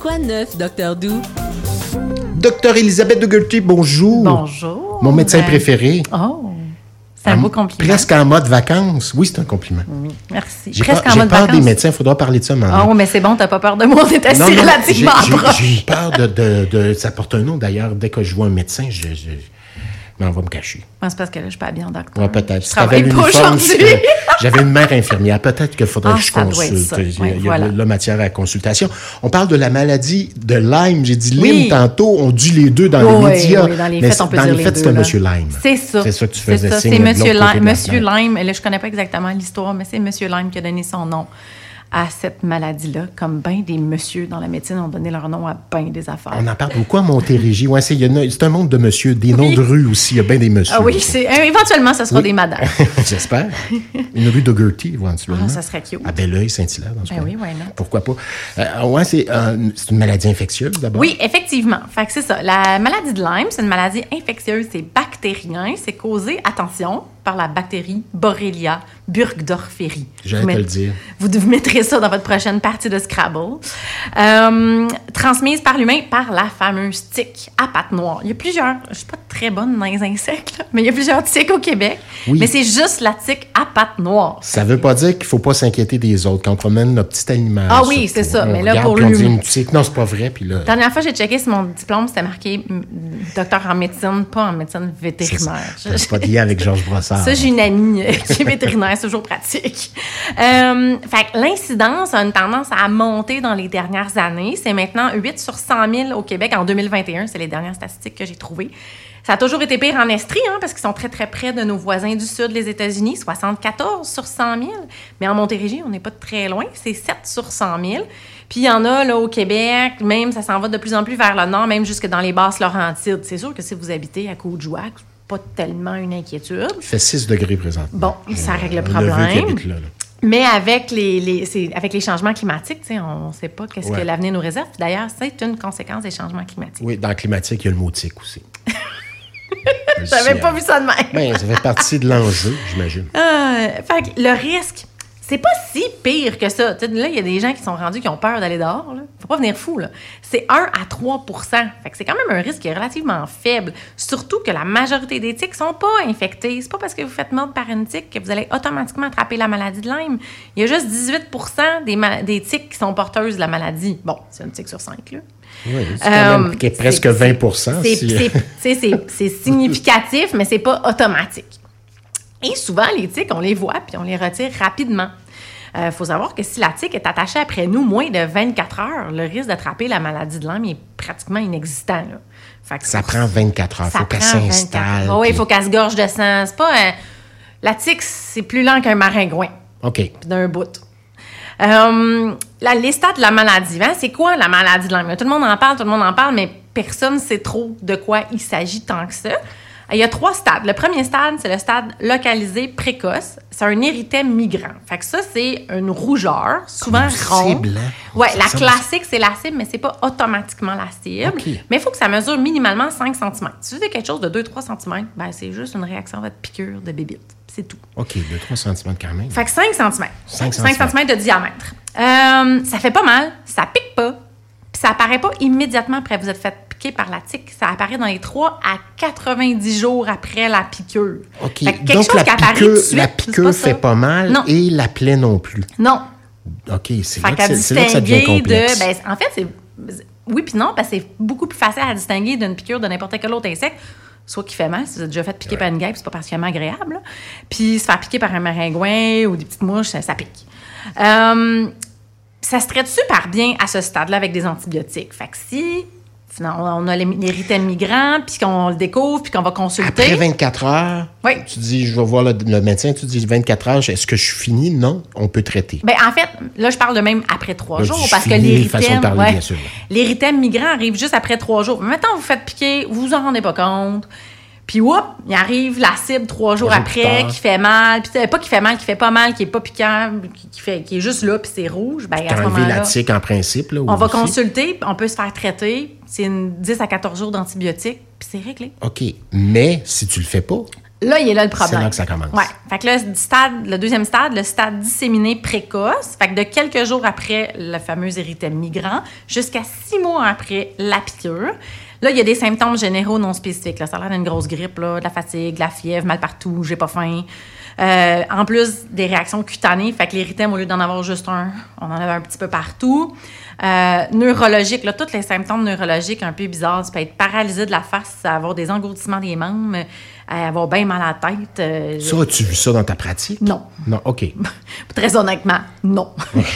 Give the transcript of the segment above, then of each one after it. quoi de neuf, Docteur Doux? Docteur Elisabeth Dougherty, bonjour. Bonjour. Mon médecin Ben- préféré. Oh, c'est un beau En- compliment. Presque en mode vacances. Oui, c'est un compliment. Merci. J'ai Presque peur, en j'ai mode peur des vacances. médecins. Il faudra parler de ça maintenant. Oh, mais c'est bon, t'as pas peur de moi, on est assis relativement proche. J'ai peur de, de- de- Ça porte un nom d'ailleurs. Dès que je vois un médecin, je. je... Mais on va me cacher. Je pense parce que là, je suis pas bien en docteur. Ouais, peut-être. Ah, Je Si t'avais travaille pas l'uniforme, aujourd'hui. je- J'avais une mère infirmière. Peut-être qu'il faudrait Ah, que je ça doit être consulte. ça. Il y a, Oui, il y a voilà. de la matière à consultation. On parle de la maladie de Lyme. J'ai dit Lyme Oui. tantôt. On dit les deux dans Oui, les médias. oui, dans les mais faits, on peut dans dire les les faits, deux, c'était là. Monsieur Lyme. C'est ça. C'est ça que tu faisais ça. signe C'est de Monsieur l'autre côté de Lyme. la Monsieur fenêtre. Lyme, là, je connais pas exactement l'histoire, mais c'est Monsieur Lyme qui a donné son nom à cette maladie-là, comme bien des messieurs dans la médecine ont donné leur nom à bien des affaires. On en parle beaucoup à Montérégie. Ouais, c'est il y en a- c'est un monde de monsieur, des noms de rue aussi. Il y a bien des monsieur. Ah oui, c'est euh, éventuellement, ce sera Oui. des madames. J'espère. Une rue de Gertie, éventuellement. Ah, ça serait cute. À Belleuil, Saint-Hilaire, dans ce Ben coin. oui, why not? Pourquoi pas? Euh, ouais, c'est euh, c'est une maladie infectieuse, d'abord. Oui, effectivement. Fait que c'est ça. La maladie de Lyme, c'est une maladie infectieuse, c'est bactérien, c'est causé, attention, par la bactérie Borrelia burgdorferi. J'allais Vous te met- le dire. Vous vous mettrez ça dans votre prochaine partie de Scrabble. Euh, transmise par l'humain par la fameuse tique à pattes noires. Il y a plusieurs, je suis pas très bonne dans les insectes, là, mais il y a plusieurs tiques au Québec. Oui. Mais c'est juste la tique à pattes noires. Ça veut pas dire qu'il faut pas s'inquiéter des autres quand on promène notre petit animal. Ah oui, c'est ça. On Mais là, regarde, pour puis on lui- dit une petite- Non, c'est pas vrai. Puis là, La dernière fois, j'ai checké sur mon diplôme, c'était marqué mm, docteur en médecine, pas en médecine vétérinaire. Je- c'est pas lié avec Georges Brossard. Ça, j'ai une amie euh, qui est vétérinaire, c'est toujours pratique. Euh, fait que l'incidence a une tendance à monter dans les dernières années. C'est maintenant 8 sur 100 000 au Québec en 2021. C'est les dernières statistiques que j'ai trouvées. Ça a toujours été pire en Estrie, hein, parce qu'ils sont très, très près de nos voisins du sud, les États-Unis, 74 sur 100 000. Mais en Montérégie, on n'est pas très loin, c'est 7 sur 100 000. Puis il y en a là, au Québec, même ça s'en va de plus en plus vers le nord, même jusque dans les basses Laurentides. C'est sûr que si vous habitez à Côte-Jouac, pas tellement une inquiétude. Il fait 6 degrés présentement. Bon, ça Euh, règle le un neveu qui problème. habite là, là. Mais avec les, les- c'est- avec les changements climatiques, tu sais, on ne sait pas qu'est-ce Ouais. que l'avenir nous réserve. D'ailleurs, c'est une conséquence des changements climatiques. Oui, dans le climatique, il y a le mot tic aussi. Je le J'avais signale. pas vu ça de même. Ben, ça fait partie de l'enjeu, j'imagine. Euh, fait que le risque, c'est pas si pire que ça. Tu sais, là, il y a des gens qui sont rendus qui ont peur d'aller dehors. Là. Faut pas venir fou. là. C'est 1 à 3 Fait que c'est quand même un risque qui est relativement faible. Surtout que la majorité des tiques sont pas infectées. C'est pas parce que vous faites mordre par une tique que vous allez automatiquement attraper la maladie de Lyme. Il y a juste 18 des, ma- des tiques qui sont porteuses de la maladie. Bon, c'est une tique sur 5, là. Oui, c'est quand Euh, même qui est presque c'est- 20 C'est- Ah, si- c'est- c'est- c'est- C'est significatif, mais c'est pas automatique. Et souvent, les tiques, on les voit puis on les retire rapidement. Il faut savoir que si la tique est attachée après nous moins de 24 heures, le risque d'attraper la maladie de Lyme est pratiquement inexistant. là. Fait que Ça pour- prend 24 heures. ça faut qu'elle prend 24 s'installe. Oui, il puis- faut qu'elle se gorge de sang. C'est pas un- La tique, c'est plus lent qu'un maringouin OK. puis d'un bout. Euh, la, les stats de la maladie, hein, c'est quoi la maladie de Lyme? Tout le monde en parle, tout le monde en parle, mais personne ne sait trop de quoi il s'agit tant que ça. Il y a trois stades. Le premier stade, c'est le stade localisé précoce. C'est un érythème migrant. Fait que ça, c'est une rougeur, souvent Comme une ronde. cible, hein? Ouais, Ça la ressemble- classique, c'est la cible, mais c'est pas automatiquement la cible. Ok. Mais il faut que ça mesure minimalement 5 cm. Si vous avez quelque chose de 2-3 cm, ben, c'est juste une réaction à votre piqûre de bébite. C'est tout. OK, 2-3 cm quand même. Fait que 5 cm. 5 Cinq cm de diamètre. Euh, ça fait pas mal, ça pique pas, puis ça apparaît pas immédiatement après que vous êtes fait piquer par la tique. Ça apparaît dans les 3 à 90 jours après la piqûre. OK. Fait que quelque Donc, chose la qui apparaît piqûre, tout de suite, la c'est pas piqûre ça. fait pas mal Non. et la plaie non plus. Non. OK, c'est là, Fait que qu'à c'est- c'est là que ça devient distinguer de. complexe. ben, en fait, c'est. Oui, puis non, parce que c'est beaucoup plus facile à distinguer d'une piqûre de n'importe quel autre insecte. Soit qui fait mal, si vous êtes déjà fait piquer par une guêpe, c'est pas particulièrement agréable. là. Puis se faire piquer par un maringouin ou des petites mouches, ça, ça pique. Euh, ça se traite super bien à ce stade-là avec des antibiotiques. Fait que si finalement, on a les- l'érythème migrant, puis qu'on le découvre, puis qu'on va consulter. Après 24 heures, Oui. tu dis, je vais voir le, le médecin, tu dis 24 heures, est-ce que je suis fini? Non, on peut traiter. Ben, en fait, là, je parle de même après trois Là, je jours dis parce que fini, façon de l'érythème. parler, ouais, bien sûr. l'érythème migrant arrive juste après trois jours. Mais Maintenant, vous faites piquer, vous vous en rendez pas compte. Puis, whoop, il arrive la cible trois jours Trois jours plus après tard. qui fait mal. Puis, euh, pas qui fait mal, qui fait pas mal, qui est pas piquant, qui, qui fait, qui est juste là, puis c'est rouge. Ben, à T'as ce enlevé la moment-là. tique en principe. là, ou On va aussi. consulter, puis on peut se faire traiter. C'est une 10 à 14 jours d'antibiotiques, puis c'est réglé. OK, mais si tu le fais pas, Là, il est là le problème. C'est là que ça commence. Ouais. Fait que là, du stade, le deuxième stade, le stade disséminé précoce, fait que de quelques jours après le fameux érythème migrant jusqu'à six mois après la piqûre, là, il y a des symptômes généraux non spécifiques. Là. Ça a l'air d'une grosse grippe, là, de la fatigue, de la fièvre, mal partout, j'ai pas faim. Euh, en plus des réactions cutanées, fait que l'érythème, au lieu d'en avoir juste un, on en avait un petit peu partout. Euh, neurologique, là, tous les symptômes neurologiques un peu bizarres. Ça peut être paralysé de la face, avoir des engourdissements des membres, euh, avoir bien mal à la tête. euh, Ça, as-tu vu ça dans ta pratique? Non. Non, OK. Très honnêtement, non.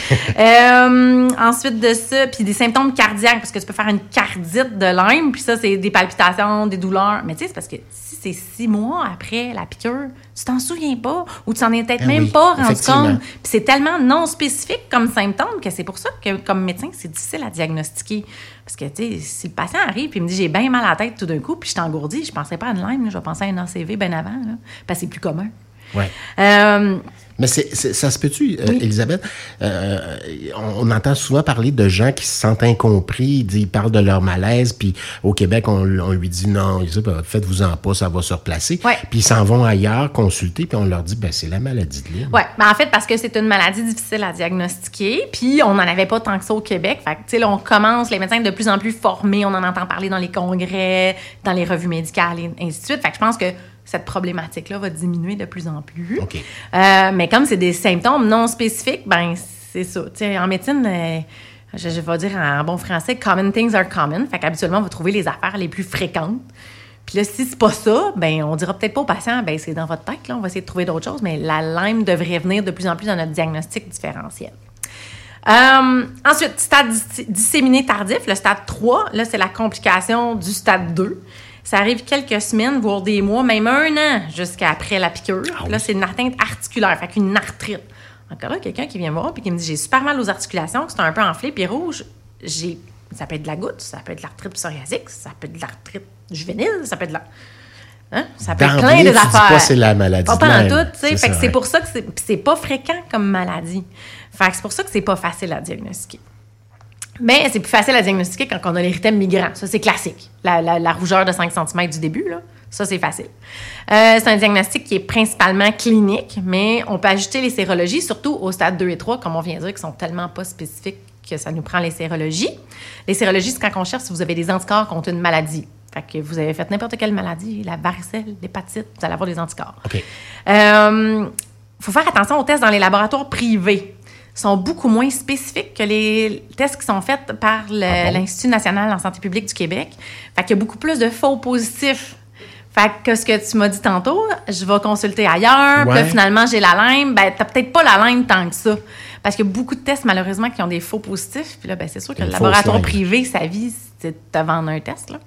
Euh, ensuite de ça, puis des symptômes cardiaques, parce que tu peux faire une cardite de Lyme, puis ça, c'est des palpitations, des douleurs. Mais tu sais, c'est parce que si c'est six mois après la piqûre, tu t'en souviens pas, ou tu t'en es peut-être Ah même oui, pas rendu effectivement. compte. Puis c'est tellement non spécifique comme symptôme que c'est pour ça que, comme médecin, c'est difficile à diagnostiquer. Parce que, tu sais, si le patient arrive puis il me dit j'ai bien mal à la tête tout d'un coup, puis je t'engourdis, je pensais pas à une Lyme, là, je pensais à un ACV bien avant, là, parce que c'est plus commun. Ouais. Euh, Mais c'est- c'est- ça se peut-tu, euh, Elisabeth? Euh, on, on entend souvent parler de gens qui se sentent incompris, ils, disent- ils parlent de leur malaise, puis au Québec, on, on lui dit non, ils disent, ben, faites-vous-en pas, ça va se replacer. Ouais. Puis ils s'en vont ailleurs consulter, puis on leur dit, ben, c'est la maladie de Lyme. Oui, ben en fait, parce que c'est une maladie difficile à diagnostiquer, puis on n'en avait pas tant que ça au Québec. Fait que, tu sais, là, on commence, les médecins de plus en plus formés, on en entend parler dans les congrès, dans les revues médicales, et ainsi de suite. Fait que je pense que cette problématique-là va diminuer de plus en plus. OK. Euh, mais comme c'est des symptômes non spécifiques, ben c'est ça. Tu sais, en médecine, euh, je, je vais dire en bon français, common things are common. Fait qu'habituellement, on va trouver les affaires les plus fréquentes. Puis là, si c'est pas ça, ben on dira peut-être pas au patient, ben c'est dans votre tête, là, on va essayer de trouver d'autres choses, mais la Lyme devrait venir de plus en plus dans notre diagnostic différentiel. Euh, ensuite, stade dis- disséminé tardif, le stade 3, là, c'est la complication du stade 2. Ça arrive quelques semaines, voire des mois, même un an jusqu'à après la piqûre. Ah Puis Là, c'est une atteinte articulaire, fait qu'une arthrite. Encore là, quelqu'un qui vient me voir puis qui me dit J'ai super mal aux articulations, que c'est un peu enflé, puis rouge. J'ai... Ça peut être de la goutte, ça peut être de l'arthrite psoriasique, ça peut être de l'arthrite juvénile, ça peut être de la. Hein? Ça peut être D'emblée, plein tu des dis affaires. pas c'est la maladie Pas de pendant Lyme. tout, tu sais. C'est Fait que ça, c'est ouais. pour ça que c'est, puis c'est pas fréquent comme maladie. Fait que c'est pour ça que c'est pas facile à diagnostiquer. Mais c'est plus facile à diagnostiquer quand on a l'érythème migrant. Ça, c'est classique. La, la- la rougeur de 5 cm du début, là, ça, c'est facile. Euh, c'est un diagnostic qui est principalement clinique, mais on peut ajouter les sérologies, surtout au stade 2 et 3, comme on vient de dire, qui sont tellement pas spécifiques que ça nous prend les sérologies. Les sérologies, c'est quand on cherche si vous avez des anticorps contre une maladie. Fait que vous avez fait n'importe quelle maladie, la varicelle, l'hépatite, vous allez avoir des anticorps. OK. Euh, faut faire attention aux tests dans les laboratoires privés. Ils sont beaucoup moins spécifiques que les tests qui sont faits par le- Ah bon? l'Institut national en santé publique du Québec. Fait qu'il y a beaucoup plus de faux positifs. Fait que ce que tu m'as dit tantôt, je vais consulter ailleurs, puis là, Ouais. finalement j'ai la Lyme, ben t'as peut-être pas la Lyme tant que ça. Parce qu'il y a beaucoup de tests malheureusement qui ont des faux positifs, puis là ben c'est sûr que Une le fausse laboratoire Lyme. privé, sa vie, c'est de te vendre un test là.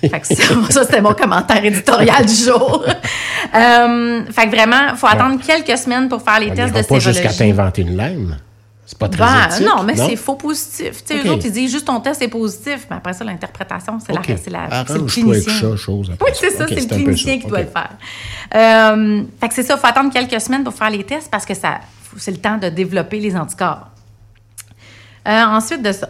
Fait que ça, ça, c'était mon commentaire éditorial du jour. Euh, fait que vraiment, faut attendre quelques semaines pour faire les On tests n'ira de Ben, pas jusqu'à sérologie. t'inventer une Lyme. C'est pas très Ben, éthique, non, mais c'est faux positif. Tu sais, OK. Eux autres, ils disent juste ton test est positif. Mais après ça, l'interprétation, c'est OK. la, c'est la, c'est le Arrange-toi avec clinicien. ça, chose après Oui, c'est ça, OK, c'est le un peu clinicien ça. qui OK. doit le faire. Euh, fait que c'est ça, il faut attendre quelques semaines pour faire les tests parce que ça, faut- c'est le temps de développer les anticorps. Euh, ensuite de ça,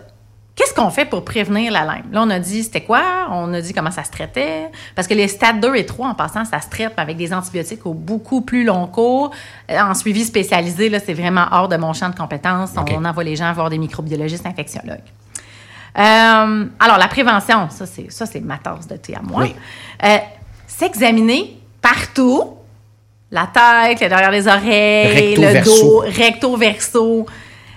qu'est-ce qu'on fait pour prévenir la Lyme? Là, on a dit c'était quoi, on a dit comment ça se traitait, parce que les stades 2 et 3, en passant, ça se traite avec des antibiotiques au beaucoup plus long cours. Euh, En suivi spécialisé, là, c'est vraiment hors de mon champ de compétences. OK. On envoie les gens voir des microbiologistes infectiologues. Euh, alors, la prévention, ça, c'est, ça, c'est ma tasse de thé à moi. Oui. Euh, s'examiner partout, la tête, le derrière des oreilles, Recto le verso. dos, recto verso.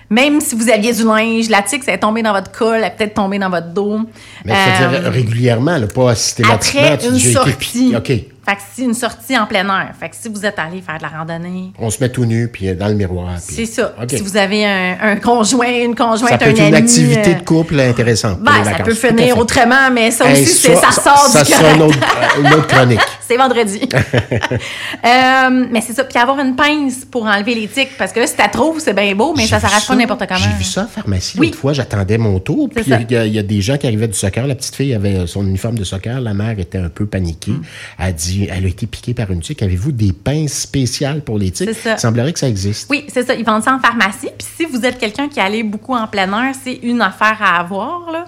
Même si vous aviez du linge, la tique, ça est tombée dans votre col, elle est peut-être tombée dans votre dos. Mais il faut Euh, dire régulièrement, là, pas systématiquement. après tu une dis, j'ai été sortie. piqué. OK. Fait que si une sortie en plein air, fait que si vous êtes allé faire de la randonnée, On se met tout nu, puis euh, dans le miroir. puis- c'est ça. OK. Si vous avez un, un conjoint, une conjointe, ça peut un être une ami, activité euh, de couple intéressante. pour ben, les ça vacances. peut Tout à finir fait. autrement, mais ça Hey, aussi, c'est- ça, sort ça du sera correct. une autre, euh, une autre chronique. C'est vendredi. Euh, mais c'est ça. Puis avoir une pince pour enlever les tics. Parce que là, si t'as trop, c'est bien beau, mais J'ai ça vu s'arrache pas n'importe comment. J'ai vu ça en pharmacie Oui. l'autre fois, j'attendais mon tour. C'est Puis il y a- ça. il y, a- il y a des gens qui arrivaient du soccer. La petite fille avait euh, son uniforme de soccer. La mère était un peu paniquée. Mm. Elle a dit elle a été piquée par une tique. Avez-vous des pinces spéciales pour les tiques C'est ça. Il semblerait que ça existe. Oui, c'est ça. Ils vendent ça en pharmacie. Puis si vous êtes quelqu'un qui allait beaucoup en plein air, c'est une affaire à avoir. Là.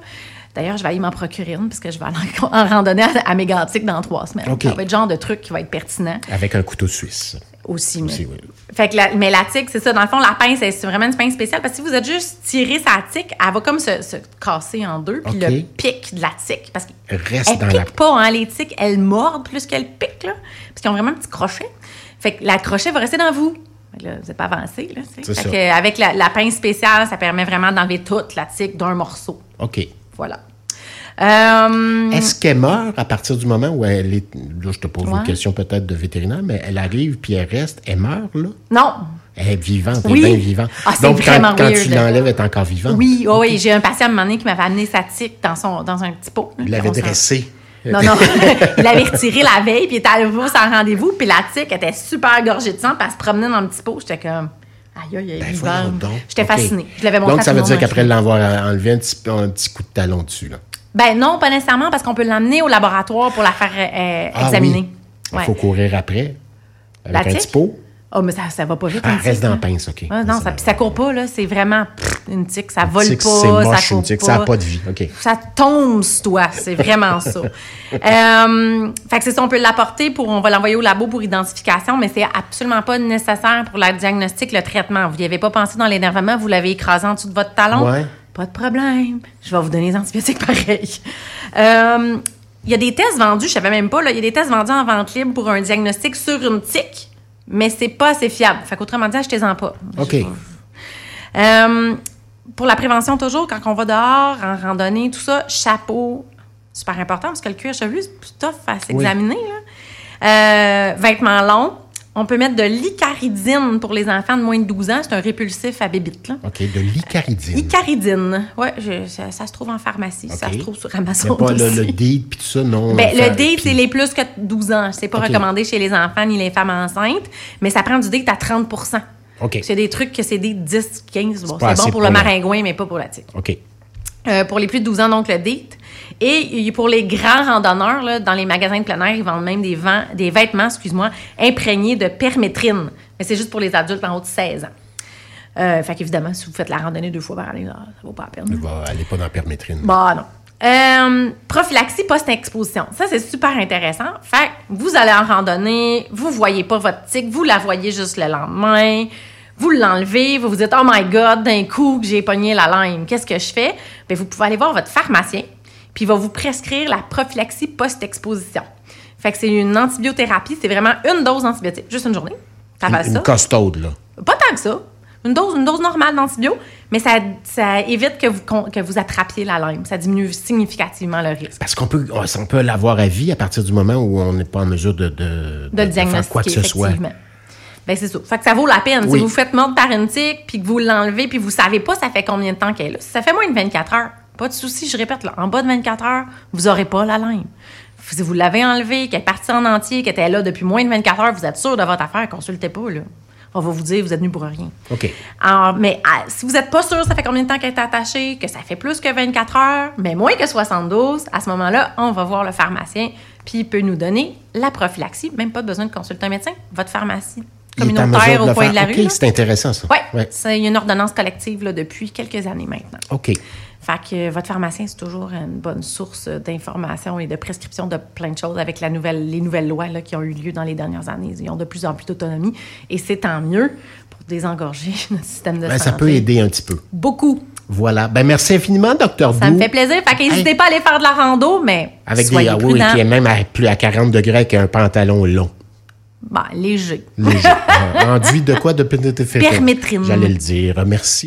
D'ailleurs, je vais aller m'en procurer une parce que je vais aller en, en randonnée à, à Mégantic dans trois semaines. OK. Ça va être le genre de truc qui va être pertinent Avec un couteau suisse. aussi. mais- Aussi, oui. Fait que la- mais la tique, c'est ça. Dans le fond, la pince, elle, c'est vraiment une pince spéciale parce que si vous êtes juste tiré sa tique, elle va comme se, se casser en deux. Puis OK. le pic de la tique, parce qu'elle Reste dans pique la- pas, hein, les tiques, elles mordent plus qu'elles piquent, là, parce qu'ils ont vraiment un petit crochet. Fait que la crochet va rester dans vous. Fait que Là, vous n'êtes pas avancé. Là, tu sais. C'est Fait ça. que, euh, avec la, la pince spéciale, ça permet vraiment d'enlever toute la tique d'un morceau. OK. Voilà. Euh, Est-ce qu'elle meurt à partir du moment où elle est. Là, je te pose Ouais. une question peut-être de vétérinaire, mais elle arrive puis elle reste, elle meurt, là? non, Elle est vivante, Oui. elle est bien vivante. Ah, c'est Donc, quand, vraiment quand weird, tu là. l'enlèves, elle est encore vivante. Oui, oh oui, j'ai un patient à un moment donné qui m'avait amené sa tique dans, son, dans un petit pot. Il l'avait On s'en- dressée. Non, non. il l'avait retirée la veille, puis il était allé voir son rendez-vous, puis la tique était super gorgée de sang, puis elle se promenait dans le petit pot. J'étais comme, aïe, aïe, aïe, Ben, vivante. voyons donc. J'étais OK. fascinée. Je l'avais montré Donc, à ça tout veut le dire monde. qu'après l'avoir enlevé, un petit, peu- un petit coup de talon dessus, là. Ben non, pas nécessairement, parce qu'on peut l'emmener au laboratoire pour la faire euh, Ah, examiner. Il Ouais. faut courir après. Avec La un tique? petit pot. Oh, mais ça, ça va pas vite. Ah, une reste tique, dans là. la pince, OK. Ah, non, ça, puis ça court pas, là. C'est vraiment pff, une tique. Ça vole Tique, pas, c'est moche, ça une court tique. pas. Ça n'a pas de vie. OK. Ça tombe sur toi, c'est vraiment ça. Euh, fait que c'est ça, on peut l'apporter pour, on va l'envoyer au labo pour identification, mais c'est absolument pas nécessaire pour le diagnostic, le traitement. Vous n'y avez pas pensé dans l'énervement, vous l'avez écrasé en dessous de votre talon. Ouais. Pas de problème. Je vais vous donner les antibiotiques pareil. Euh, Il y a des tests vendus, je savais même pas, là, il y a des tests vendus en vente libre pour un diagnostic sur une tique, mais c'est pas assez fiable. Fait qu'autrement dit, achetez-en pas. OK. Euh, pour la prévention, toujours, quand on va dehors, en randonnée, tout ça, chapeau, super important parce que le cuir chevelu, c'est plus tough à s'examiner. là. Euh, vêtements longs, on peut mettre de l'icaridine pour les enfants de moins de 12 ans. C'est un répulsif à bébite. Là. OK, de l'icaridine. Icaridine, ouais, je- ça, ça se trouve en pharmacie, ça OK. se trouve sur Il n'y Amazon. a pas le, aussi. le deed puis tout ça, non. Ben, Enfin, le dé, puis- c'est les plus que 12 ans. C'est pas OK. recommandé chez les enfants ni les femmes enceintes, mais ça prend du dé que t'as 30 OK. C'est des trucs que c'est des 10, 15. Bon, pas c'est assez bon pour pour le le- maringouin, mais pas pour la tique. OK. Euh, pour les plus de 12 ans, donc le DEET. Et y- pour les grands randonneurs, là, dans les magasins de plein air, ils vendent même des, vents- des vêtements excuse-moi, imprégnés de permétrine. Mais c'est juste pour les adultes en haut de 16 ans. Euh, fait qu'évidemment, si vous faites la randonnée deux fois par année, là, ça vaut pas la peine. Bah, elle n'est pas dans la permétrine. Bah non. Euh, prophylaxie post-exposition. Ça, c'est super intéressant. Fait que vous allez en randonnée, vous voyez pas votre tique, vous la voyez juste le lendemain, vous l'enlevez, vous vous dites « Oh my God, d'un coup que j'ai pogné la lime, qu'est-ce que je fais? » Bien, vous pouvez aller voir votre pharmacien, puis il va vous prescrire la prophylaxie post-exposition. Fait que c'est une antibiothérapie, c'est vraiment une dose d'antibiotique, juste une journée. Ça va Une, ça? une costaude, là. Pas tant que ça. Une dose, une dose normale d'antibio, mais ça, ça évite que vous, con- que vous attrapiez la lime. Ça diminue significativement le risque. Parce qu'on peut, on on peut l'avoir à vie à partir du moment où on n'est pas en mesure de, de, De le de faire diagnostiquer, quoi que ce soit. effectivement. Ben, c'est ça. Fait que ça vaut la peine. Si Oui. vous vous faites mordre par une tique, puis que vous l'enlevez, puis vous savez pas ça fait combien de temps qu'elle est là. Si ça fait moins de 24 heures, pas de souci, je répète, là, en bas de 24 heures, vous aurez pas la lime. Si vous l'avez enlevée, qu'elle est partie en entier, qu'elle était là depuis moins de 24 heures, vous êtes sûr de votre affaire, consultez pas, là. On va vous dire, vous êtes venu pour rien. OK. Alors, mais ah, si vous n'êtes pas sûr, ça fait combien de temps qu'elle est attachée, que ça fait plus que 24 heures, mais moins que 72, à ce moment-là, on va voir le pharmacien, puis il peut nous donner la prophylaxie. Même pas besoin de consulter un médecin. Votre pharmacie Il est en mesure communautaire de au le coin faire. de la OK, rue. là. c'est intéressant, ça. Ouais, Ouais. c'est une ordonnance collective là, depuis quelques années maintenant. OK. Fait que euh, votre pharmacien, c'est toujours une bonne source euh, d'informations et de prescriptions de plein de choses avec la nouvelle, les nouvelles lois là, qui ont eu lieu dans les dernières années. Ils ont de plus en plus d'autonomie et c'est tant mieux pour désengorger notre système de Ben, santé. ça peut aider un petit peu. Beaucoup. Voilà. Ben, merci infiniment, docteur Ça me fait plaisir. Fait qu'hésitez Hey. pas à aller faire de la rando, mais Avec soyez des ah oui, prudents. qui est même à plus à 40 degrés avec un pantalon long. Ben, léger. Léger. Euh, Enduit de quoi de pénétrine? Permétrine. J'allais le dire. Merci.